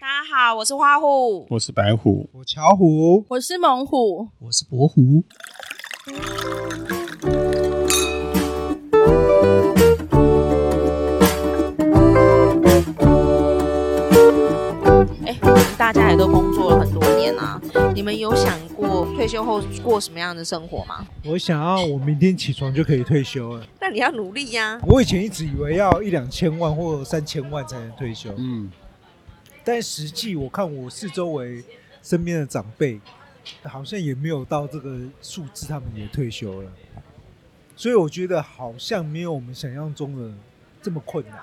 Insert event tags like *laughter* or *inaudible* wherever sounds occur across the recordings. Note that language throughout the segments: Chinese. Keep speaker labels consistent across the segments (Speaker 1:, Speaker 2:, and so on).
Speaker 1: 大家好，我是花虎，
Speaker 2: 我是白虎，
Speaker 3: 我巧虎，
Speaker 1: 我是猛虎。
Speaker 3: 我是博虎。
Speaker 1: 哎、我们大家也都工作了很多年啊，你们有想过退休后过什么样的生活吗？
Speaker 3: 我想要我明天起床就可以退休了。
Speaker 1: 那你要努力呀、
Speaker 3: 我以前一直以为要一两千万或三千万才能退休，
Speaker 2: 嗯，
Speaker 3: 但实际我看我四周围身边的长辈，好像也没有到这个数字，他们也退休了。所以我觉得好像没有我们想象中的这么困难。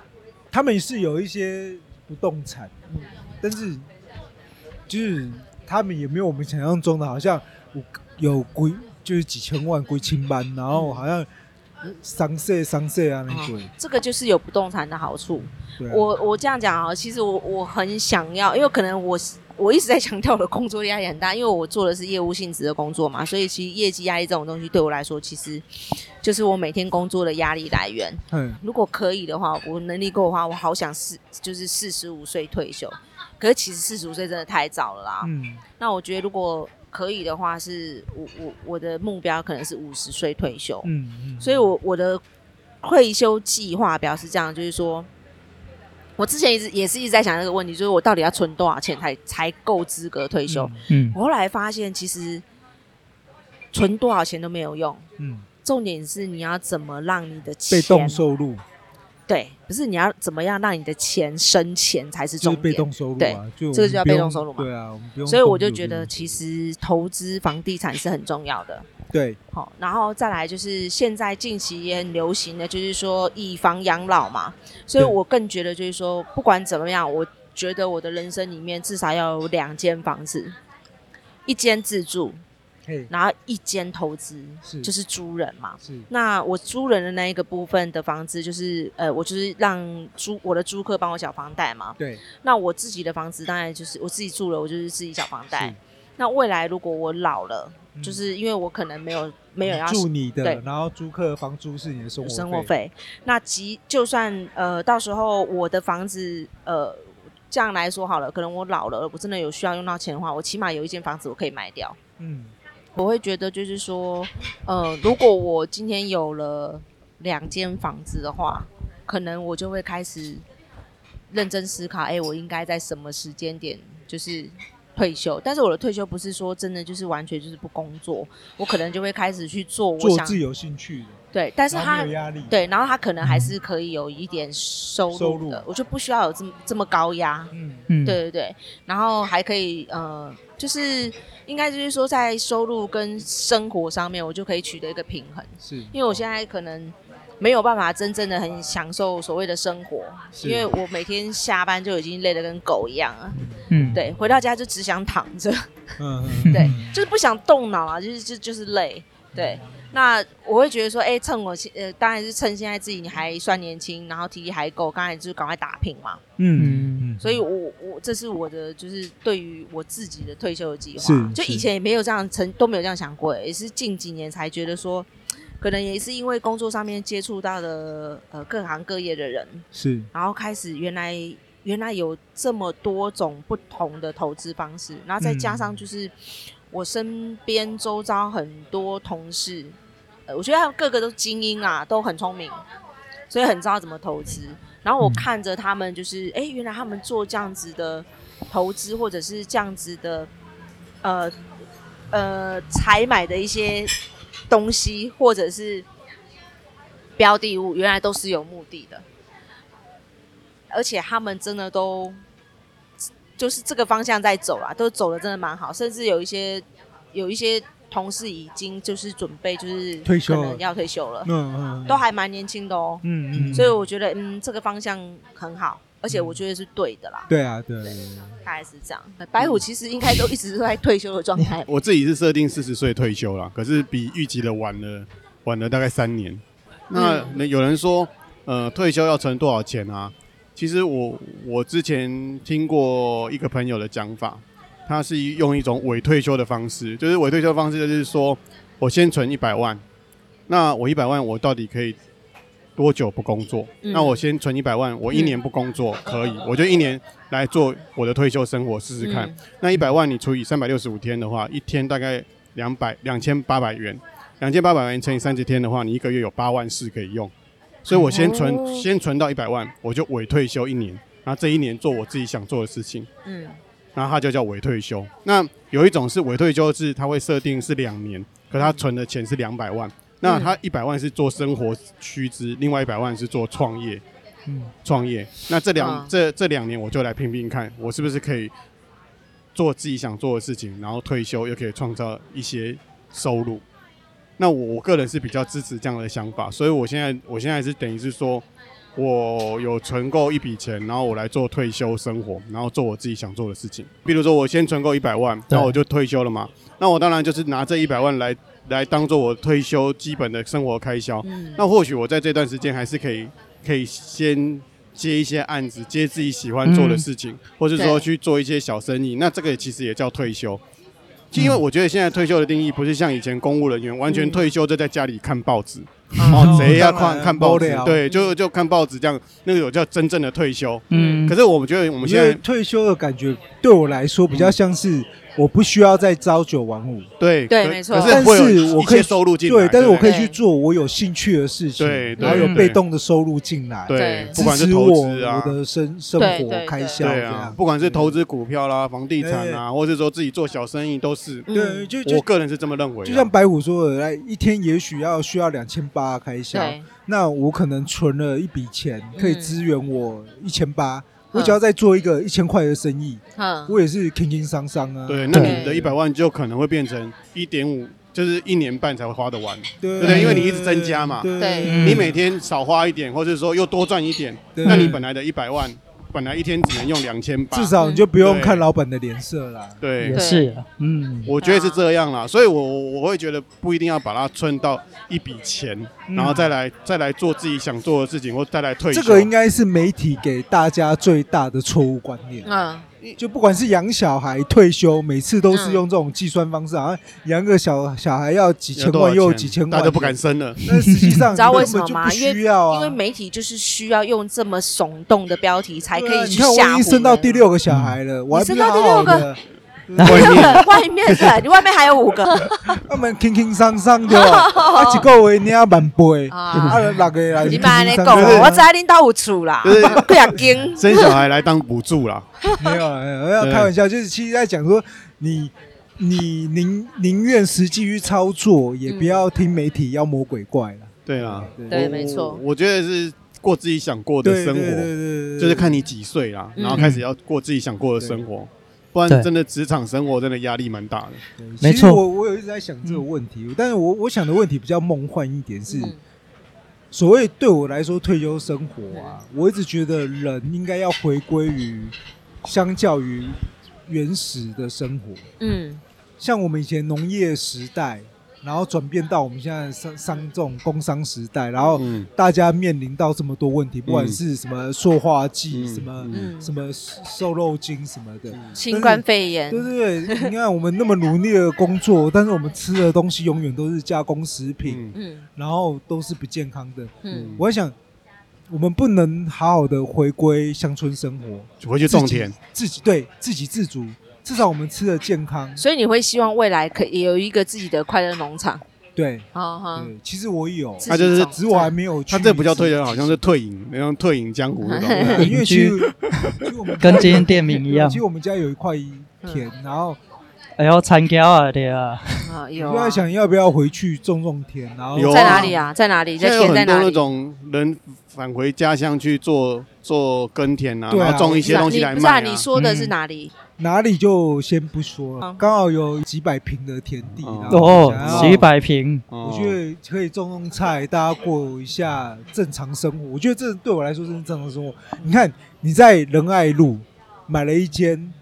Speaker 3: 他们是有一些不动产，但是就是他们也没有我们想象中的，好像有有归就是几千万归清班，然后好像商社商社啊那种。
Speaker 1: 这个就是有不动产的好处。
Speaker 3: 对啊
Speaker 1: 我我这样讲啊，其实我我很想要，因为可能我是我一直在强调我的工作压力很大，因为我做的是业务性质的工作嘛，所以其实业绩压力这种东西对我来说，其实就是我每天工作的压力来源。
Speaker 3: 嗯
Speaker 1: 如果可以的话，我能力够的话，我好想四就是四十五岁退休。可是其实四十五岁真的太早了啦。
Speaker 3: 嗯
Speaker 1: 那我觉得如果可以的话是，我我我的目标可能是五十岁退休。
Speaker 3: 嗯嗯，
Speaker 1: 所以我我的退休计划表是这样，就是说，我之前一直也是一直在想这个问题，就是我到底要存多少钱才才够资格退休？
Speaker 3: 嗯
Speaker 1: 我后来发现，其实存多少钱都没有用，
Speaker 3: 嗯
Speaker 1: 重点是你要怎么让你的钱
Speaker 3: 被动收入
Speaker 1: 对，不是你要怎么样让你的钱生钱才是
Speaker 3: 就
Speaker 1: 重
Speaker 3: 是被
Speaker 1: 点。
Speaker 3: 动收入
Speaker 1: 对
Speaker 3: 啊，就
Speaker 1: 这个
Speaker 3: 我们
Speaker 1: 就叫
Speaker 3: 不用
Speaker 1: 被动收入嘛
Speaker 3: 对啊，我们不用动就有被动。
Speaker 1: 所以我就觉得，其实投资房地产是很重要的。
Speaker 3: 对，
Speaker 1: 好，然后再来就是现在近期也很流行的，就是说以房养老嘛，所以
Speaker 3: 对
Speaker 1: 我更觉得就是说，不管怎么样，我觉得我的人生里面至少要有两间房子，一间自住，
Speaker 3: 嘿
Speaker 1: 然后一间投资，
Speaker 3: 是
Speaker 1: 就是租人嘛。
Speaker 3: 是
Speaker 1: 那我租人的那一个部分的房子，就是呃，我就是让租我的租客帮我缴房贷嘛。
Speaker 3: 对
Speaker 1: 那我自己的房子当然就是我自己住了，我就是自己缴房贷
Speaker 3: 是。
Speaker 1: 那未来如果我老了，
Speaker 3: 嗯
Speaker 1: 就是因为我可能没有没有要
Speaker 3: 住你的
Speaker 1: 对，
Speaker 3: 然后租客房租是你的生活
Speaker 1: 生活费。那即就算呃，到时候我的房子呃，这样来说好了，可能我老了，我真的有需要用到钱的话，我起码有一间房子我可以卖掉。
Speaker 3: 嗯
Speaker 1: 我会觉得就是说，呃，如果我今天有了两间房子的话，可能我就会开始认真思考，哎、我应该在什么时间点就是退休？但是我的退休不是说真的就是完全就是不工作，我可能就会开始去做我
Speaker 3: 做
Speaker 1: 想
Speaker 3: 自由兴趣的，
Speaker 1: 对，但是
Speaker 3: 然后
Speaker 1: 他
Speaker 3: 没有压力，嗯
Speaker 1: 对，然后他可能还是可以有一点收入的，
Speaker 3: 收入
Speaker 1: 我就不需要有这么这么高压。
Speaker 3: 嗯，
Speaker 2: 嗯，
Speaker 1: 对对对，然后还可以呃，就是应该就是说在收入跟生活上面，我就可以取得一个平衡，
Speaker 3: 是
Speaker 1: 因为我现在可能没有办法真正的很享受所谓的生活，
Speaker 3: 是
Speaker 1: 因为我每天下班就已经累得跟狗一样了，
Speaker 2: 嗯，，
Speaker 1: 对，回到家就只想躺着，
Speaker 3: 嗯嗯
Speaker 1: 对，就是不想动脑啊，就是就就是累，对。那我会觉得说，哎、趁我现呃，当然是趁现在自己你还算年轻，然后体力还够，刚才就是赶快打拼嘛。
Speaker 3: 嗯嗯，
Speaker 1: 所以我我这是我的就是对于我自己的退休的计划
Speaker 3: 是，
Speaker 1: 就以
Speaker 3: 是
Speaker 1: 前也没有这样曾都没有这样想过，欸也是近几年才觉得说，可能也是因为工作上面接触到的呃各行各业的人，
Speaker 3: 是
Speaker 1: 然后开始原来原来有这么多种不同的投资方式，然后再加上就是我身边周遭很多同事，呃，我觉得他们个个都精英啊，都很聪明，所以很知道怎么投资。然后我看着他们，就是哎、诶原来他们做这样子的投资，或者是这样子的呃呃采买的一些东西，或者是标的物，原来都是有目的的。而且他们真的都就是这个方向在走啦，都走的真的蛮好，甚至有一些有一些同事已经就是准备就是
Speaker 3: 退休
Speaker 1: 可能
Speaker 3: 了
Speaker 1: 要退休了
Speaker 3: 嗯，嗯
Speaker 1: 都还蛮年轻的哦。
Speaker 3: 嗯嗯，
Speaker 1: 所以我觉得，嗯，这个方向很好，而且我觉得是嗯对的啦，
Speaker 3: 对啊对啊对啊
Speaker 1: 大概是这样。白虎其实应该都一直是在退休的状态
Speaker 2: 我自己是设定四十岁退休啦，可是比预期的晚了晚了大概三年。那有人说，呃，退休要存多少钱啊？其实我我之前听过一个朋友的讲法，他是用一种伪退休的方式，就是伪退休的方式就是说我先存一百万，那我一百万我到底可以多久不工作？
Speaker 1: 嗯
Speaker 2: 那我先存一百万，我一年不工作、可以，我就一年来做我的退休生活试试看。
Speaker 1: 嗯
Speaker 2: 那一百万你除以三百六十五天的话，一天大概两百两千八百元，两千八百元乘以三十天的话，你一个月有八万四可以用。所以我先存、
Speaker 1: 哦
Speaker 2: 先存到一百万，我就伪退休一年，然后这一年做我自己想做的事情。
Speaker 1: 嗯
Speaker 2: 然后它就叫伪退休。那有一种是伪退休制，它会设定是两年，可他存的钱是两百万，那
Speaker 1: 嗯
Speaker 2: 他一百万是做生活须知，另外一百万是做创业。
Speaker 3: 嗯，
Speaker 2: 创业，那这两、
Speaker 1: 啊
Speaker 2: 这这两年我就来拼拼看，我是不是可以做自己想做的事情，然后退休又可以创造一些收入。那我我个人是比较支持这样的想法，所以我现在我现在是等于是说，我有存够一笔钱，然后我来做退休生活，然后做我自己想做的事情。比如说我先存够一百万，
Speaker 3: 对
Speaker 2: 那我就退休了嘛。那我当然就是拿这一百万来来当做我退休基本的生活开销。
Speaker 1: 嗯，
Speaker 2: 那或许我在这段时间还是可以可以先接一些案子，接自己喜欢做
Speaker 3: 嗯
Speaker 2: 的事情，或是
Speaker 1: 对
Speaker 2: 说去做一些小生意。那这个其实也叫退休，就因为我觉得现在退休的定义不是像以前公务人员完全
Speaker 1: 嗯
Speaker 2: 退休就在家里看报纸，
Speaker 3: 哦
Speaker 2: 谁要
Speaker 3: 当然
Speaker 2: 看看报
Speaker 3: 无
Speaker 2: 纸？
Speaker 3: 聊
Speaker 2: 对，就就看报纸这样，那个有叫真正的退休。
Speaker 4: 嗯，
Speaker 2: 可是我们觉得我
Speaker 3: 我
Speaker 2: 们
Speaker 3: 觉
Speaker 2: 现
Speaker 3: 得
Speaker 2: 在
Speaker 3: 退休的感觉对我来说比较像是我不需要再朝九晚五，
Speaker 2: 对
Speaker 1: 对
Speaker 2: 可
Speaker 1: 没错
Speaker 2: 可是会有
Speaker 3: 但是我
Speaker 2: 一
Speaker 3: 可以
Speaker 2: 些收入进来，
Speaker 3: 对，但是我
Speaker 2: 不
Speaker 3: 可以
Speaker 1: 对
Speaker 3: 去做我有兴趣的事情，
Speaker 2: 对对
Speaker 3: 然后有
Speaker 4: 对
Speaker 3: 被动的收入进来，
Speaker 2: 对
Speaker 1: 对
Speaker 2: 不
Speaker 3: 支
Speaker 2: 管是
Speaker 3: 持
Speaker 2: 投
Speaker 3: 我
Speaker 2: 资啊
Speaker 3: 我。的生生
Speaker 1: 对
Speaker 3: 活
Speaker 1: 对
Speaker 3: 开
Speaker 1: 对
Speaker 3: 销这
Speaker 2: 对
Speaker 3: 样
Speaker 2: 啊，，不管是投
Speaker 3: 资。
Speaker 2: 资股票啦、房地产啊，或是说自己做小生意，都
Speaker 1: 嗯
Speaker 2: 是。
Speaker 3: 对，就
Speaker 2: 我
Speaker 3: 就
Speaker 2: 个人是这么认为啊。
Speaker 3: 就像白虎说的，来一天也许要需要两千八开销，
Speaker 1: 对，
Speaker 3: 那我可能存了一笔钱，可以支援我一千八，我
Speaker 1: 嗯
Speaker 3: 只要再做一个一千块的生意，
Speaker 1: 嗯，
Speaker 3: 我也是轻轻桑桑啊。
Speaker 2: 对，那
Speaker 1: 对
Speaker 2: 你的一百万就可能会变成一点五，就是一年半才会花得完。
Speaker 3: 对
Speaker 4: 对因为
Speaker 2: 你一直增加嘛
Speaker 1: 对
Speaker 4: 嗯
Speaker 2: 你每天少花一点，或者说又多赚一点，
Speaker 3: 对
Speaker 2: 那你本来的一百万，本来一天只能用两千八
Speaker 3: 至。少你就不用看老板的脸色啦。
Speaker 2: 对
Speaker 4: 也是啊，嗯，
Speaker 2: 我觉得是这样啦，所以我我我会觉得不一定要把它存到一笔钱，
Speaker 4: 嗯
Speaker 2: 然后再来再来做自己想做的事情，或再来退休。
Speaker 3: 这个应该是媒体给大家最大的错误观念，
Speaker 1: 嗯，
Speaker 3: 就不管是养小孩、退休，每次都是用这种计算方式，好像养个小小孩要几
Speaker 2: 有
Speaker 3: 千
Speaker 2: 多少
Speaker 3: 万又几千万，
Speaker 2: 大家都不敢生了。 *laughs*
Speaker 3: 但实际上
Speaker 1: *laughs* 你知道
Speaker 3: 根
Speaker 1: 为什
Speaker 3: 本
Speaker 1: 么
Speaker 3: 就
Speaker 1: 吗
Speaker 3: 不需要啊，
Speaker 1: 因为媒体就是需要用这么耸动的标题才可
Speaker 3: 对啊
Speaker 1: 以
Speaker 3: 你
Speaker 1: 去
Speaker 3: 看我
Speaker 1: 吓
Speaker 3: 已经生到
Speaker 1: 唬
Speaker 3: 第
Speaker 1: 人。嗯
Speaker 3: 六个小孩了，我还不
Speaker 1: 你
Speaker 3: 是
Speaker 1: 生到
Speaker 3: 好
Speaker 1: 第六
Speaker 3: 好
Speaker 1: 个
Speaker 3: 的，
Speaker 2: 外
Speaker 1: *laughs*
Speaker 2: 面
Speaker 1: 外面的，你外面还有五
Speaker 3: *laughs*
Speaker 1: 个
Speaker 3: 他们轻轻桑桑
Speaker 1: *laughs*
Speaker 3: 的，啊一个月领万倍，啊
Speaker 1: 啊！
Speaker 3: 六
Speaker 1: *laughs*
Speaker 3: 个人
Speaker 1: 你
Speaker 3: 轻轻
Speaker 1: 妈
Speaker 3: 桑
Speaker 1: 那
Speaker 3: 桑
Speaker 1: 讲
Speaker 3: 的
Speaker 1: 哦，我知道恁到有厝啦 *laughs* 啊
Speaker 2: 就是，
Speaker 1: 不想
Speaker 3: *laughs*
Speaker 1: 惊。
Speaker 2: 生小孩来当补助啦，
Speaker 3: 没有，没有没有
Speaker 2: 对
Speaker 3: 开玩笑，就是其实在讲说你。你宁宁愿实际去操作，也不要听媒体妖魔鬼怪了。
Speaker 2: 对啊啦，
Speaker 1: 嗯对
Speaker 2: 我
Speaker 1: 没错
Speaker 2: 我我觉得是过自己想过的
Speaker 3: 对对
Speaker 2: 生活，
Speaker 3: 对对对，
Speaker 2: 就是看你几岁啦，
Speaker 1: 嗯
Speaker 2: 然后开始要过自己想过的生活，不然
Speaker 4: 对
Speaker 2: 真的职场生活真的压力蛮大的。
Speaker 3: 对。其
Speaker 4: 没
Speaker 3: 实
Speaker 4: 错
Speaker 3: 我我有一直在想这个问题，但是我我想的问题比较梦幻一点是，
Speaker 1: 嗯
Speaker 3: 所谓对我来说退休生活啊，我一直觉得人应该要回归于相较于原始的生活，
Speaker 1: 嗯
Speaker 3: 像我们以前农业时代，然后转变到我们现在商商这种工商时代，然后
Speaker 2: 嗯，
Speaker 3: 大家面临到这么多问题，不管是什么塑化剂、
Speaker 2: 嗯
Speaker 3: 什么、
Speaker 1: 嗯，
Speaker 3: 什么瘦肉精什么的。
Speaker 1: 新冠肺炎
Speaker 3: 对对对，你看我们那么努力的工作，但是我们吃的东西永远都是加工食品，
Speaker 2: 嗯
Speaker 1: 嗯
Speaker 3: 然后都是不健康的。
Speaker 1: 嗯，
Speaker 3: 我在想，我们不能好好的回归乡村生活，
Speaker 2: 嗯回去种田，
Speaker 3: 自己对自给自足，至少我们吃的健康。
Speaker 1: 所以你会希望未来可以有一个自己的快乐农场，
Speaker 3: 对
Speaker 1: 哈哈，
Speaker 3: 对，其实我有，
Speaker 1: 哦自己
Speaker 2: 他就是
Speaker 1: 种
Speaker 3: 只嗯啊是我还没有去。
Speaker 2: 他这不叫退休，好像是退隐，那种退隐江湖那种。
Speaker 1: *laughs*
Speaker 3: 对因为其实其实我们家
Speaker 4: 跟今天店名一样
Speaker 2: *laughs*
Speaker 3: 其实我们家有一块田，
Speaker 1: 嗯
Speaker 3: 然后
Speaker 4: 哎呦，参加啊对啊，
Speaker 1: 啊，有
Speaker 3: 我
Speaker 1: 啊
Speaker 3: 在想要不要回去种种田，然后
Speaker 2: 有啊
Speaker 1: 在哪里？啊？在哪里？在
Speaker 2: 现在有
Speaker 1: 田
Speaker 2: 很
Speaker 1: 在
Speaker 2: 多
Speaker 1: 哪
Speaker 2: 那
Speaker 1: 里？
Speaker 2: 种人返回家乡去做做耕田啊，
Speaker 3: 对啊
Speaker 2: 然后种
Speaker 1: 不
Speaker 2: 一
Speaker 1: 是
Speaker 2: 些
Speaker 1: 啊
Speaker 2: 东西
Speaker 1: 你
Speaker 2: 来
Speaker 1: 不是啊，
Speaker 2: 卖
Speaker 1: 你
Speaker 2: 啊。
Speaker 1: 说的是
Speaker 4: 嗯
Speaker 1: 哪里？
Speaker 3: 哪里就先不说了
Speaker 1: 嗯，
Speaker 3: 刚好有几百平的田地，
Speaker 2: 哦
Speaker 3: 然后
Speaker 4: 哦
Speaker 3: 想要，
Speaker 4: 几。百平，
Speaker 2: 哦
Speaker 3: 我觉得可以种种菜，大家过一下正常生活。我觉得这对我来说真是正常生活。你看你在仁爱路买了一间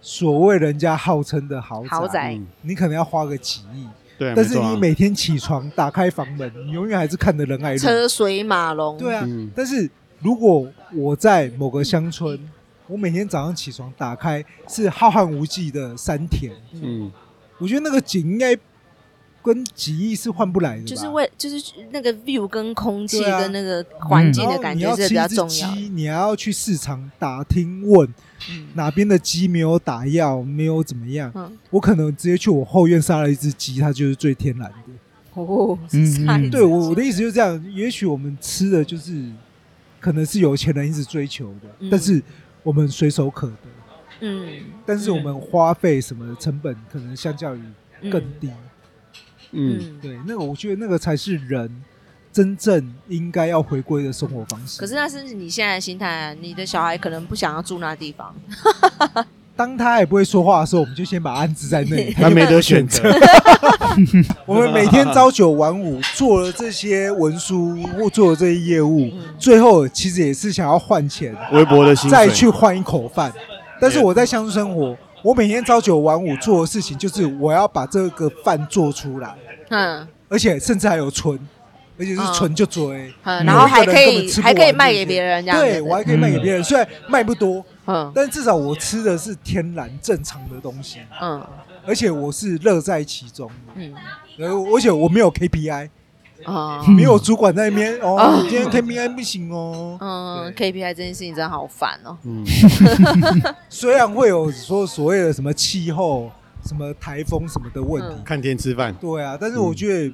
Speaker 3: 所谓人家号称的豪宅，
Speaker 1: 豪宅
Speaker 2: 嗯
Speaker 3: 你可能要花个几亿，
Speaker 2: 对，
Speaker 3: 但是
Speaker 2: 没错啊
Speaker 3: 你每天起床打开房门，你永远还是看着仁爱路。
Speaker 1: 车水马龙。
Speaker 3: 对啊，
Speaker 2: 嗯
Speaker 3: 但是如果我在某个乡村，我每天早上起床打开是浩瀚无际的山田，
Speaker 2: 嗯，
Speaker 3: 我觉得那个景应该跟几亿是换不来的吧，
Speaker 1: 就是为就是那个 view 跟空气
Speaker 3: 对啊
Speaker 1: 跟那个环
Speaker 4: 嗯
Speaker 1: 境
Speaker 3: 然
Speaker 1: 的
Speaker 3: 后
Speaker 1: 感
Speaker 3: 你
Speaker 1: 觉
Speaker 3: 要
Speaker 1: 是
Speaker 3: 吃
Speaker 1: 比较
Speaker 3: 一只
Speaker 1: 重要的。
Speaker 3: 鸡，你还要去市场打听问
Speaker 1: 嗯
Speaker 3: 哪边的鸡没有打药，没有怎么样。
Speaker 1: 嗯，
Speaker 3: 我可能直接去我后院杀了一只鸡，它就是最天然的。
Speaker 1: 哦，
Speaker 4: 嗯
Speaker 1: 是差一
Speaker 4: 嗯
Speaker 1: 只
Speaker 3: 对我我的意思就是这样，也许我们吃的就是可能是有钱人一直追求的，
Speaker 1: 嗯
Speaker 3: 但是我们随手可得，
Speaker 1: 嗯，
Speaker 3: 但是我们花费什么的成本可能相较于
Speaker 1: 嗯
Speaker 3: 更低。
Speaker 2: 嗯，
Speaker 1: 嗯。
Speaker 3: 对，那个我觉得那个才是人真正应该要回归的生活方式。
Speaker 1: 可是那是你现在的心态啊，你的小孩可能不想要住那地方，
Speaker 3: 当他也不会说话的时候，我们就先把他安置在那
Speaker 1: *laughs*
Speaker 3: 里，
Speaker 2: 他
Speaker 3: 就
Speaker 2: 没得选
Speaker 3: *laughs*
Speaker 2: 择。
Speaker 3: 我们每天朝九晚五，做了这些文书或做了这些业务，
Speaker 1: 嗯
Speaker 3: 最后其实也是想要换钱，
Speaker 2: 微薄的薪水，
Speaker 3: 再去换一口饭。但是我在乡村生活，我每天朝九晚五做的事情就是我要把这个饭做出来，
Speaker 1: 嗯
Speaker 3: 而且甚至还有存，而且是存就追。
Speaker 1: 嗯，然后还可
Speaker 3: 有一个人根本
Speaker 1: 以
Speaker 3: 吃不
Speaker 1: 还
Speaker 3: 完
Speaker 1: 可以卖给别人这样子，
Speaker 3: 对，我还可以卖给别人，虽然卖不多，
Speaker 1: 嗯
Speaker 3: 但至少我吃的是天然正常的东西，
Speaker 1: 嗯
Speaker 3: 而且我是乐在其中的， *laughs*
Speaker 1: 嗯
Speaker 3: 然后而且我没有 KPI，
Speaker 1: 哦
Speaker 3: 没有主管在那边哦
Speaker 1: 啊，
Speaker 3: 你今天 KPI 不行哦。
Speaker 1: 嗯 KPI 这件事情真的好烦哦，
Speaker 2: 嗯，
Speaker 3: 虽然会有说所谓的什么气候、什么台风什么的问题
Speaker 1: 嗯，
Speaker 2: 看天吃饭，
Speaker 3: 对啊，但是我觉得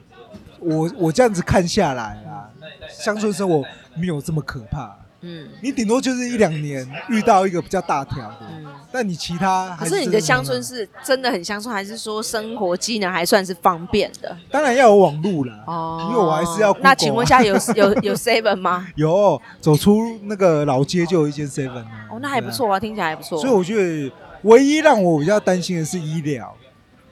Speaker 3: 我我这样子看下来啊，乡村生活没有这么可怕。
Speaker 1: 嗯
Speaker 3: 你顶多就是一两年遇到一个比较大条的，
Speaker 1: 嗯。
Speaker 3: 但你其他还
Speaker 1: 可
Speaker 3: 是
Speaker 1: 是你的
Speaker 3: 真很
Speaker 1: 乡村
Speaker 3: 难，
Speaker 1: 是真的很乡村，还是说生活机能还算是方便的？
Speaker 3: 当然要有网路啦。
Speaker 1: 哦，
Speaker 3: 因为我还是要 Google
Speaker 1: 那
Speaker 3: 啊
Speaker 1: 请问一下
Speaker 3: *laughs*
Speaker 1: 有，有有 seven 吗？
Speaker 3: 有走出那个老街就有一间 seven
Speaker 1: *laughs* 哦，那还不。错啊，听起来还不错。
Speaker 3: 对啊所以我觉得唯一让我比较担心的是医疗，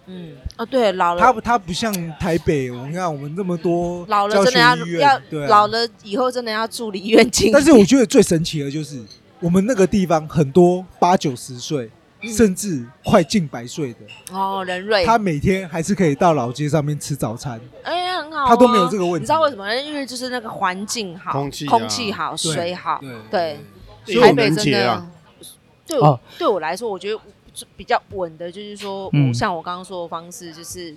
Speaker 1: 嗯，哦，对，老
Speaker 3: 它
Speaker 1: 了，
Speaker 3: 不它不像台北，我们看我们这么多
Speaker 1: 老了
Speaker 3: 教
Speaker 1: 真
Speaker 3: 学
Speaker 1: 的要
Speaker 3: 医院
Speaker 1: 要
Speaker 3: 对啊
Speaker 1: 老了以后真的要住离院近一点。
Speaker 3: 但是我觉得最神奇的就是，我们那个地方很多八九十岁，
Speaker 1: 嗯
Speaker 3: 甚至快近百岁的，
Speaker 1: 哦，人瑞，
Speaker 3: 他每天还是可以到老街上面吃早餐。
Speaker 1: 哎呀很好啊，
Speaker 3: 他都没有这个问题
Speaker 1: 你知道为什么？因为就是那个环境好，
Speaker 2: 空气啊
Speaker 1: 空气好，
Speaker 3: 对
Speaker 1: 水好，对
Speaker 3: 对，
Speaker 2: 所
Speaker 1: 台
Speaker 2: 有
Speaker 1: 北
Speaker 2: 能
Speaker 1: 真
Speaker 2: 节
Speaker 1: 的，
Speaker 2: 啊，
Speaker 1: 对我、
Speaker 4: 哦
Speaker 1: 对我来说，我觉得比较稳的，就是说，
Speaker 4: 嗯
Speaker 1: 我像我刚刚说的方式，就是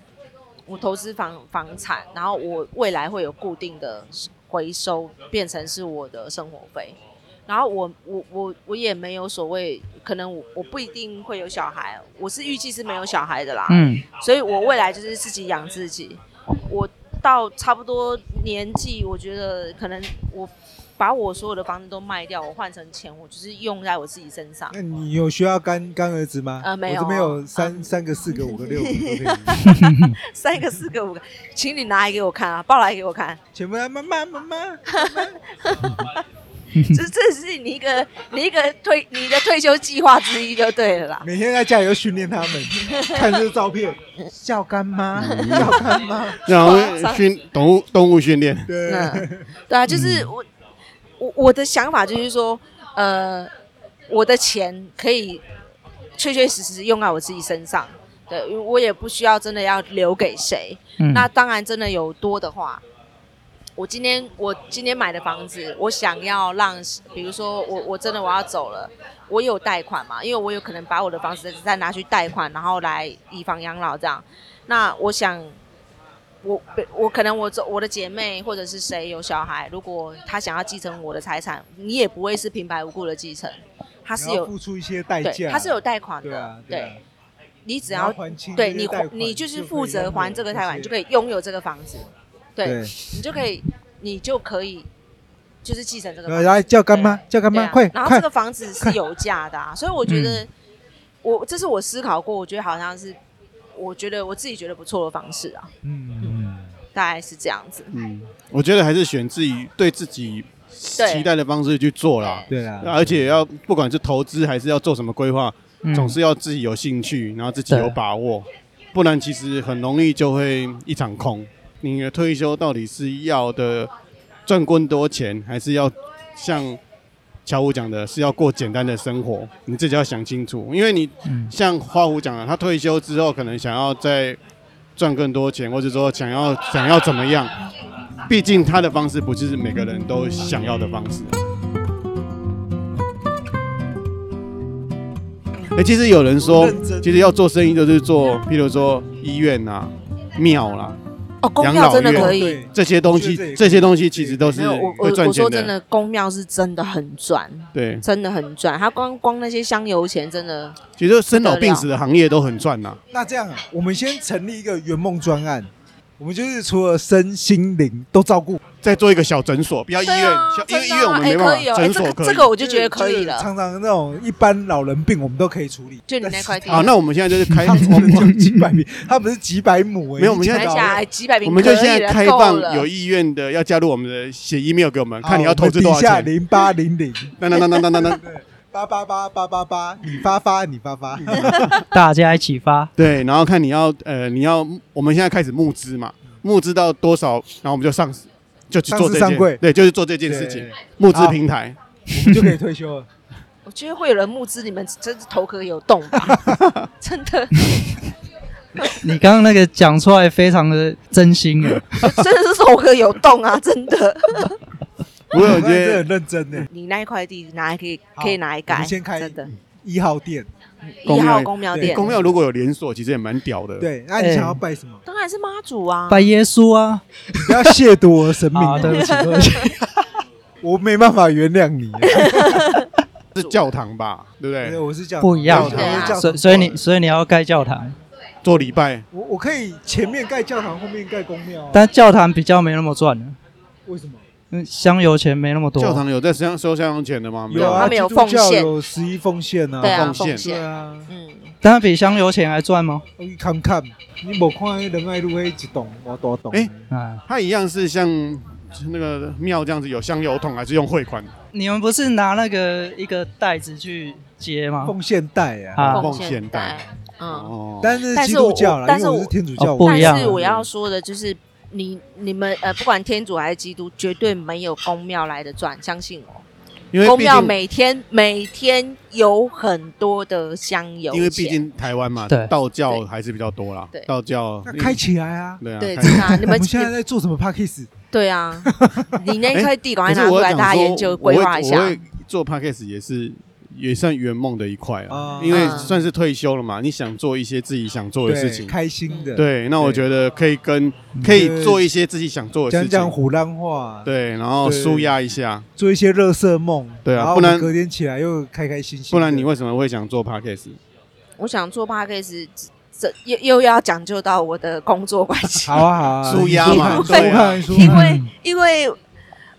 Speaker 1: 我投资房房产，然后我未来会有固定的回收，变成是我的生活费。然后我我我我也没有所谓，可能我我不一定会有小孩，我是预计是没有小孩的啦。
Speaker 4: 嗯
Speaker 1: 所以我未来就是自己养自己。我到差不多年纪，我觉得可能我把我所有的房子都卖掉，我换成钱，我就是用在我自己身上。
Speaker 3: 那你有需要干干儿子吗？
Speaker 1: 呃没有啊
Speaker 3: 我这边有三三个、四个、五个、六
Speaker 1: *laughs*
Speaker 3: 个都可以。
Speaker 1: 三个、四个、五个，请你拿来给我看啊，抱来给我看。
Speaker 3: 前面妈妈妈妈，
Speaker 1: 这这是你一个你一个退你的退休计划之一就对了啦。
Speaker 3: 每天在家里又训练他
Speaker 1: *laughs*
Speaker 3: 们，看这个照片，叫干妈，
Speaker 1: 嗯
Speaker 3: 叫干
Speaker 1: *laughs*
Speaker 3: 妈。
Speaker 2: 然后训动物动物训练，
Speaker 3: 对，
Speaker 1: 嗯，对啊，就是我、我我的想法就是说，呃，我的钱可以确确实实用在我自己身上，对，因为我也不需要真的要留给谁。
Speaker 4: 嗯，
Speaker 1: 那当然，真的有多的话，我今天我今天买的房子，我想要让，比如说我我真的我要走了，我有贷款嘛，因为我有可能把我的房子再拿去贷款，然后来以房养老这样。那我想，我我可能我走我的姐妹或者是谁有小孩，如果他想要继承我的财产，你也不会是平白无故的继承，他是
Speaker 3: 你要
Speaker 1: 有
Speaker 3: 付出一些代
Speaker 1: 对
Speaker 3: 价，
Speaker 1: 他是有贷款
Speaker 3: 对啊
Speaker 1: 的，，
Speaker 3: 对啊，
Speaker 1: 你只
Speaker 3: 你
Speaker 1: 要
Speaker 3: 还清
Speaker 1: 对
Speaker 3: 这
Speaker 1: 你
Speaker 3: 些贷
Speaker 1: 还，
Speaker 3: 款
Speaker 1: 你就是负
Speaker 3: 可以
Speaker 1: 责
Speaker 3: 拥
Speaker 1: 还
Speaker 3: 有
Speaker 1: 这个
Speaker 3: 些
Speaker 1: 贷款，你就可以拥有这个房子，对，你就可以，你就可以就是继承这个房
Speaker 3: 呃
Speaker 1: 子。
Speaker 3: 来叫干妈，叫干
Speaker 1: 对
Speaker 3: 妈，
Speaker 1: 啊
Speaker 3: 快
Speaker 1: 然后这
Speaker 3: 快嗯
Speaker 1: 个！房子是有价的啊，所以我觉得我这是我思考过，我觉得好像是我觉得我自己觉得不错的方式啊，
Speaker 3: 嗯，
Speaker 1: 大概是这样子。
Speaker 2: 嗯，我觉得还是选自己对自己期待的方式去做啦，
Speaker 3: 对啊啦，
Speaker 2: 而且要不管是投资还是要做什么规划，
Speaker 4: 嗯
Speaker 2: 总是要自己有兴趣，然后自己有把握，不然其实很容易就会一场空。你的退休到底是要的赚更多钱，还是要像乔武讲的，是要过简单的生活？你自己要想清楚，因为你
Speaker 4: 嗯
Speaker 2: 像花虎讲的，他退休之后可能想要再赚更多钱，或者说想要想要怎么样，毕竟他的方式不是每个人都想要的方式。哎、其实有人说
Speaker 3: 认真，
Speaker 2: 其实要做生意就是做，譬如说医院啊、庙啦、
Speaker 1: 哦，公
Speaker 2: 养
Speaker 1: 庙
Speaker 2: 老
Speaker 1: 真的
Speaker 2: 院
Speaker 1: 可以。
Speaker 3: 对，
Speaker 2: 这些东
Speaker 3: 我
Speaker 2: 西
Speaker 3: 觉得这也可，以
Speaker 2: 这些东西其实都是
Speaker 1: 没有，我我
Speaker 2: 会赚
Speaker 1: 我说
Speaker 2: 钱
Speaker 1: 真
Speaker 2: 的。
Speaker 1: 的，公庙是真的很赚，
Speaker 2: 对，
Speaker 1: 真的很赚。他光光那些香油钱，真的
Speaker 2: 其实生老病死的行业都很赚呐。
Speaker 3: 那这样啊，我们先成立一个圆梦专案，我们就是除了身心灵都照顾，
Speaker 2: 再做一个小诊所，不要医
Speaker 1: 对
Speaker 2: 院
Speaker 1: 啊，
Speaker 2: 小因
Speaker 1: 真
Speaker 2: 为医
Speaker 1: 的
Speaker 2: 院我
Speaker 1: 啊
Speaker 2: 们
Speaker 1: 哎
Speaker 2: 没
Speaker 1: 可
Speaker 2: 办
Speaker 1: 以哦
Speaker 2: 法，
Speaker 1: 哎
Speaker 2: 诊
Speaker 1: 这
Speaker 2: 所
Speaker 1: 个
Speaker 2: 可
Speaker 1: 这
Speaker 2: 以
Speaker 1: 个。我就觉得可
Speaker 3: 就
Speaker 1: 以
Speaker 3: 是
Speaker 1: 了。
Speaker 3: 常常那种一般老人病我们都可以处理，
Speaker 1: 就你那块地，
Speaker 2: 好，啊那我们现
Speaker 1: *laughs*
Speaker 2: 在就是开，
Speaker 3: 他
Speaker 2: 我
Speaker 3: 们
Speaker 2: 们
Speaker 3: 就几百米，他们是几百亩哎、
Speaker 2: 没有我们现在
Speaker 1: 才
Speaker 3: 一千
Speaker 1: 下
Speaker 3: 刀
Speaker 1: 来几百平，
Speaker 2: 我们就现
Speaker 1: 可以
Speaker 2: 在
Speaker 1: 了
Speaker 2: 开
Speaker 1: 够
Speaker 2: 放
Speaker 1: 了
Speaker 2: 有意愿的要加入我们的写 email 给我们，
Speaker 3: 好
Speaker 2: 看你要投资多
Speaker 3: 哦我们底
Speaker 2: 少
Speaker 3: 下
Speaker 2: 钱。
Speaker 3: 零八零零
Speaker 2: 那那那那那那
Speaker 3: *laughs*
Speaker 2: 那，
Speaker 3: 八八八八八八，你发发你发发，
Speaker 4: 大家一起发，
Speaker 2: 对，然后看你要呃你要，我们现在开始募资嘛，募资到多少，然后我们就上就去
Speaker 3: 上
Speaker 2: 做
Speaker 3: 市
Speaker 2: 这
Speaker 3: 嗯上柜
Speaker 2: 件，对，就是做这件事情，募资
Speaker 3: 好
Speaker 2: 平台。
Speaker 3: 你就可以退休了。
Speaker 1: 我觉得会有人募资，你们真是头壳有洞吧？
Speaker 2: *laughs*
Speaker 1: 真的，
Speaker 4: 你刚刚那个讲出来非常的真
Speaker 2: *laughs*
Speaker 4: 心啊，
Speaker 1: 真的是头壳有洞啊！真的，
Speaker 2: 不 *laughs* 过我
Speaker 3: 我
Speaker 2: 觉
Speaker 3: 觉得
Speaker 2: 得
Speaker 3: 很认真呢。
Speaker 1: 你那一块地拿来可以
Speaker 3: 好
Speaker 1: 可以拿来
Speaker 3: 我
Speaker 1: 改，
Speaker 3: 们先开
Speaker 1: 真的。
Speaker 3: 一号店，
Speaker 2: 公
Speaker 1: 一
Speaker 2: 庙
Speaker 1: 号公庙
Speaker 3: 对
Speaker 1: 店，
Speaker 2: 公庙如果有连锁，其实也蛮屌的。，
Speaker 3: 对，那你想要拜什
Speaker 2: 哎
Speaker 3: 么？
Speaker 1: 当然是妈祖啊。
Speaker 4: 拜耶稣啊！
Speaker 3: 你不要亵渎我的神明
Speaker 4: 啊，
Speaker 3: 啊，
Speaker 4: 对不起，对不起，
Speaker 3: *laughs* 我没办法原谅你。啊
Speaker 2: 是教堂吧，对不
Speaker 3: 对，
Speaker 2: 对？
Speaker 3: 我是这样，
Speaker 4: 不一样
Speaker 3: 我是这样
Speaker 1: 对
Speaker 3: 子
Speaker 4: 所以所以你所以你要盖教堂，
Speaker 2: 做礼拜，
Speaker 3: 我我可以前面盖教堂，后面盖公庙啊。
Speaker 4: 但教堂比较没那么赚了，
Speaker 3: 为什么？
Speaker 4: 嗯，香油钱没那么多。
Speaker 2: 教堂有在香收香钱的吗？没
Speaker 3: 啊，
Speaker 1: 他们有
Speaker 3: 基督教
Speaker 1: 奉献
Speaker 3: 有十一奉献啊。
Speaker 1: 对啊，
Speaker 2: 奉献
Speaker 1: 奉
Speaker 3: 对
Speaker 1: 献，
Speaker 3: 啊，
Speaker 1: 嗯，
Speaker 4: 但它比香油钱还赚吗？
Speaker 3: 我去看看，你无看那仁爱路那一栋，我多栋。
Speaker 2: 哎
Speaker 4: 啊，
Speaker 2: 它一样是像那个庙这样子有香油桶，还是用汇款？
Speaker 4: 你们不是拿那个一个袋子去接吗？
Speaker 3: 奉献带啊，
Speaker 4: 啊，
Speaker 2: 奉
Speaker 1: 献
Speaker 2: 献
Speaker 1: 袋，嗯。
Speaker 2: 哦，
Speaker 3: 但是
Speaker 1: 但
Speaker 3: 基
Speaker 1: 是
Speaker 3: 督
Speaker 1: 我
Speaker 3: 教啦，
Speaker 1: 但
Speaker 3: 因
Speaker 1: 是
Speaker 3: 为我
Speaker 1: 我
Speaker 3: 是天主教，
Speaker 4: 哦不一样
Speaker 1: 但是我要说的就是，你你们呃，不管天主还是基督，绝对没有公庙来的赚，相信我。
Speaker 2: 因为
Speaker 1: 公
Speaker 2: 毕
Speaker 1: 庙
Speaker 2: 竟
Speaker 1: 每天每天有很多的香油
Speaker 2: 因为毕
Speaker 1: 钱
Speaker 2: 竟台湾嘛
Speaker 4: 对，
Speaker 2: 道教还是比较多啦
Speaker 1: 对。
Speaker 2: 道教
Speaker 3: 那开起来啊。
Speaker 2: 对啊， *laughs*
Speaker 1: 对，
Speaker 2: 开
Speaker 1: 真的 *laughs* 啊、你
Speaker 3: 我
Speaker 1: 们
Speaker 3: 们现在在做什么 p a c k a g e
Speaker 1: 对 *laughs* 啊，你那一
Speaker 2: 哎
Speaker 1: 块地赶快
Speaker 2: 可是
Speaker 1: 拿出
Speaker 2: 我
Speaker 1: 来，
Speaker 2: 要
Speaker 1: 大家
Speaker 2: 讲
Speaker 1: 研
Speaker 2: 说，
Speaker 1: 究
Speaker 2: 我会
Speaker 1: 规划一
Speaker 2: 我
Speaker 1: 下
Speaker 2: 会。做 podcast 也是也算圆梦的一块啊
Speaker 3: 啊，
Speaker 2: 因为
Speaker 1: 嗯
Speaker 2: 算是退休了嘛，你想做一些自己想做的事
Speaker 3: 对，
Speaker 2: 情。
Speaker 3: 开心的，，
Speaker 2: 对，那我
Speaker 3: 对
Speaker 2: 觉得可以跟可以
Speaker 3: 对
Speaker 2: 做一些自己想做的
Speaker 3: 讲
Speaker 2: 事
Speaker 3: 讲
Speaker 2: 情，
Speaker 3: 虎浪话，，
Speaker 2: 对，然后
Speaker 3: 对
Speaker 2: 舒压一下。
Speaker 3: 做一些热色梦，
Speaker 2: 对啊
Speaker 3: 然后
Speaker 2: 不然
Speaker 3: 我们隔天起来又开开心心的，
Speaker 2: 不然你为什么会想做 podcast？
Speaker 1: 我想做 p a c a g e 这又又要讲究到我的工作关系
Speaker 3: 好，啊好啊，
Speaker 2: 舒压嘛
Speaker 3: 你舒
Speaker 2: 对啊
Speaker 3: 汗你舒汗
Speaker 1: 因为因为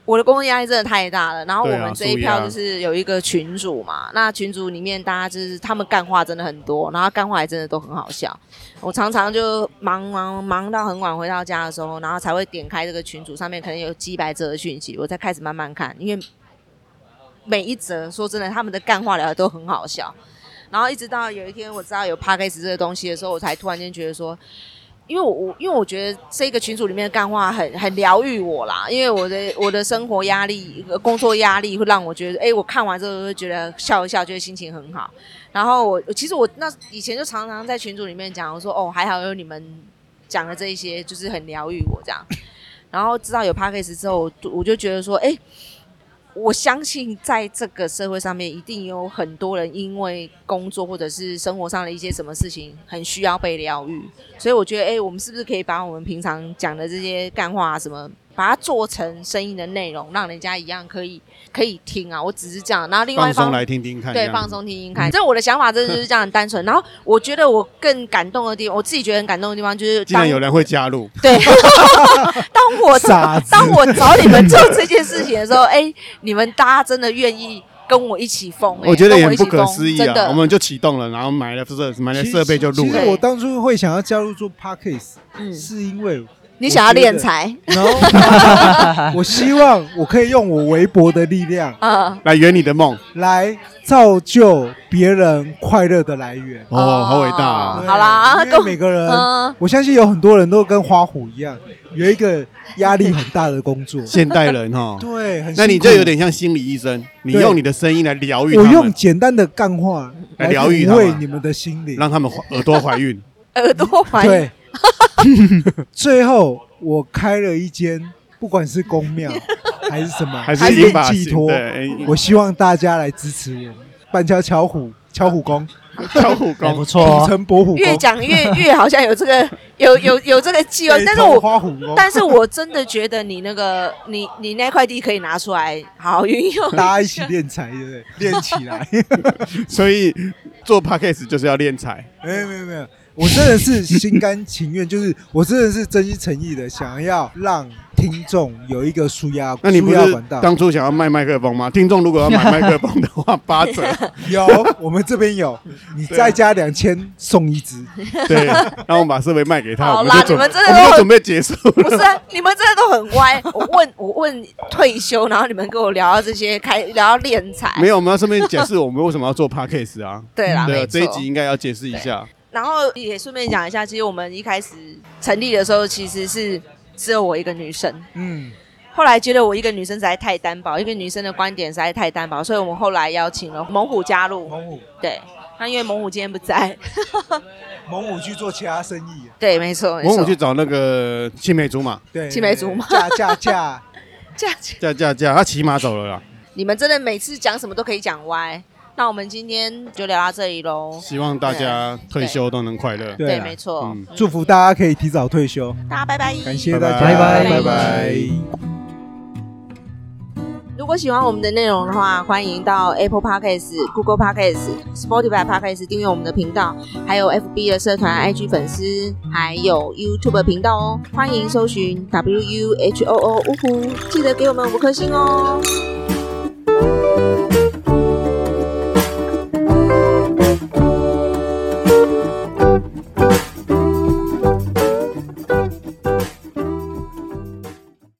Speaker 1: 我的工作压力真的太大了。然后我
Speaker 2: 对啊
Speaker 1: 们这一
Speaker 2: 舒压
Speaker 1: 票就是有一个群主嘛，那群主里面大家就是他们干话真的很多，然后干话也真的都很好笑。我常常就忙忙忙到很晚回到家的时候，然后才会点开这个群组，上面可能有几百则的讯息，我再开始慢慢看，因为每一则说真的，他们的干话聊的都很好笑。然后一直到有一天我知道有 p a c k a g e 这个东西的时候，我才突然间觉得说，因为我我因为我觉得这个群组里面的干话很很疗愈我啦，因为我的我的生活压力、呃工作压力会让我觉得，哎，我看完之后会觉得笑一笑，觉得心情很好。然后我我其实我那以前就常常在群组里面讲，我说哦，还好有你们讲的这一些，就是很疗愈我这样。然后知道有 p a c k a g e 之后，我就我就觉得说，哎。我相信在这个社会上面，一定有很多人因为工作或者是生活上的一些什么事情，很需要被疗愈。所以我觉得，哎、我们是不是可以把我们平常讲的这些干话啊什么，把它做成声音的内容，让人家一样可以可以听啊？我只是这样。然后另外
Speaker 2: 放
Speaker 1: 一方
Speaker 2: 松来听听看，
Speaker 1: 对，
Speaker 2: 这样嗯
Speaker 1: 放。松听听看。这我的想法真的就是这样很单纯。然后我觉得我更感动的地方，我自己觉得很感动的地方就是
Speaker 2: 既然
Speaker 1: 当
Speaker 2: 有人会加入，
Speaker 1: 对，当我
Speaker 3: 傻子
Speaker 1: 当我找你们做这件事情的时候，哎、你们大家真的愿意跟我一起疯、哎
Speaker 2: 我觉得
Speaker 1: 跟
Speaker 2: 也
Speaker 1: 我
Speaker 2: 很
Speaker 1: 一起
Speaker 2: 不
Speaker 1: 疯
Speaker 2: 可思议
Speaker 1: 真
Speaker 2: 啊！
Speaker 1: 的，
Speaker 2: 我们就启动了，然后买了设买了
Speaker 3: 其实
Speaker 2: 设备就录
Speaker 3: 其
Speaker 2: 了
Speaker 3: 实。我当初会想要加入做 p a c k a g e
Speaker 1: 嗯，
Speaker 3: 是因为
Speaker 1: 你想要练财
Speaker 3: 然后我希望我可以用我微薄的力量
Speaker 1: 啊？
Speaker 2: 来圆你的梦
Speaker 3: 来造就别人快乐的来源。
Speaker 2: 哦，好伟大
Speaker 1: *laughs*
Speaker 2: 啊！。
Speaker 1: 哦好啦
Speaker 3: 对因为
Speaker 1: 跟
Speaker 3: 每个人，
Speaker 1: 嗯，
Speaker 3: 我相信有很多人都跟花虎一样，有一个压力很大的工作
Speaker 2: 现代人哈，
Speaker 3: 对，很辛苦
Speaker 2: 那你就有点像心理医生，你
Speaker 3: 对
Speaker 2: 用你的声音来疗愈
Speaker 3: 我
Speaker 2: 他
Speaker 3: 用
Speaker 2: 们，
Speaker 3: 简单的干话
Speaker 2: 来疗愈
Speaker 3: 抚
Speaker 2: 他们
Speaker 3: 慰你们的心灵。
Speaker 2: 让他们怀耳朵怀
Speaker 3: *laughs*
Speaker 2: 孕。
Speaker 1: 耳
Speaker 2: *laughs*
Speaker 1: 朵怀孕，
Speaker 3: 对， *laughs* 最后我开了一间，不管是公
Speaker 1: *laughs*
Speaker 3: 庙还是什么，
Speaker 2: 还
Speaker 3: 还
Speaker 2: 是
Speaker 3: 是
Speaker 2: 银发
Speaker 3: 寄
Speaker 2: 型
Speaker 3: 托，
Speaker 2: 对，
Speaker 3: 我希望大家来支持我们。板桥巧虎巧虎宫，
Speaker 2: 敲苦
Speaker 3: 哎
Speaker 4: 还
Speaker 2: 工
Speaker 4: 不，错哦
Speaker 3: 土。城博虎
Speaker 1: 越讲越越好像有这个有有有这个计划，但是
Speaker 3: 我
Speaker 1: 我
Speaker 3: 花虎工
Speaker 1: 但是我真的觉得你那个你你那块地可以拿出来好好运用。
Speaker 3: 大家一起练财，对不对？练起来。
Speaker 2: 所以做 podcast 就是要练财。
Speaker 3: 没有没有没有，我真的是心甘情愿，就是我真的是真心诚意的想要让听众有一个舒压
Speaker 2: 那你
Speaker 3: 舒
Speaker 2: 不
Speaker 3: 压
Speaker 2: 是
Speaker 3: 管道。
Speaker 2: 当初想要卖麦克风吗？听众如果要买麦克风
Speaker 1: *laughs*
Speaker 2: 的话，八折。
Speaker 3: 有，我们这边有，
Speaker 2: *laughs*
Speaker 3: 你
Speaker 2: 对啊
Speaker 3: 再加两千送一支。
Speaker 1: *laughs*
Speaker 2: 对，然后我们把设备卖给他，
Speaker 1: 好
Speaker 2: 我
Speaker 1: 啦
Speaker 2: 们就准
Speaker 1: 你们真的
Speaker 2: 我们
Speaker 1: 都
Speaker 2: 就准备结束了。
Speaker 1: 不是啊、你们真的都很歪。我问我问退休，然后你们跟我聊到这些，开聊到敛财。
Speaker 2: 没有，我们要顺便解释我们为什么要做
Speaker 1: *laughs*
Speaker 2: podcast 啊。
Speaker 1: 对啦，
Speaker 2: 对，
Speaker 1: 没
Speaker 2: 这
Speaker 1: 错。
Speaker 2: 一集应该要解释一下。
Speaker 1: 然后也顺便讲一下，其实我们一开始成立的时候，其实是只有我一个女生。
Speaker 3: 嗯，
Speaker 1: 后来觉得我一个女生实在太单薄，一个女生的观点实在太单薄，所以我们后来邀请了猛虎加入。
Speaker 3: 猛虎，
Speaker 1: 对，那因为猛虎今天不在， *laughs*
Speaker 3: 猛虎去做其他生意。
Speaker 1: 对，没错，没
Speaker 2: 我
Speaker 1: 错
Speaker 2: 们去。找那个青梅竹马，
Speaker 3: 对，
Speaker 1: 青梅竹马
Speaker 3: 嫁嫁嫁，
Speaker 1: *laughs* 这样子，
Speaker 2: 驾驾驾，他骑马走了啦。
Speaker 1: 你们真的每次讲什么都可以讲歪。那我们今天就聊到这里喽。
Speaker 2: 希望大
Speaker 1: 啊
Speaker 2: 家退休都能快乐。
Speaker 3: 对
Speaker 1: 对，
Speaker 3: 啊
Speaker 1: 没错
Speaker 2: 嗯。
Speaker 3: 祝福大家可以提早退休。
Speaker 1: 大家拜拜，
Speaker 3: 感谢大家，
Speaker 2: 拜
Speaker 4: 拜
Speaker 3: 拜
Speaker 4: 拜
Speaker 3: 拜
Speaker 2: 拜。
Speaker 1: 如果喜欢我们的内容的话，欢迎到 Apple Podcast、Google Podcast、Spotify Podcast 订阅我们的频道，还有 FB 的社团、IG 粉丝，还有 YouTube 频道哦。欢迎搜寻 W U H O O 呜呼，记得给我们五颗星哦。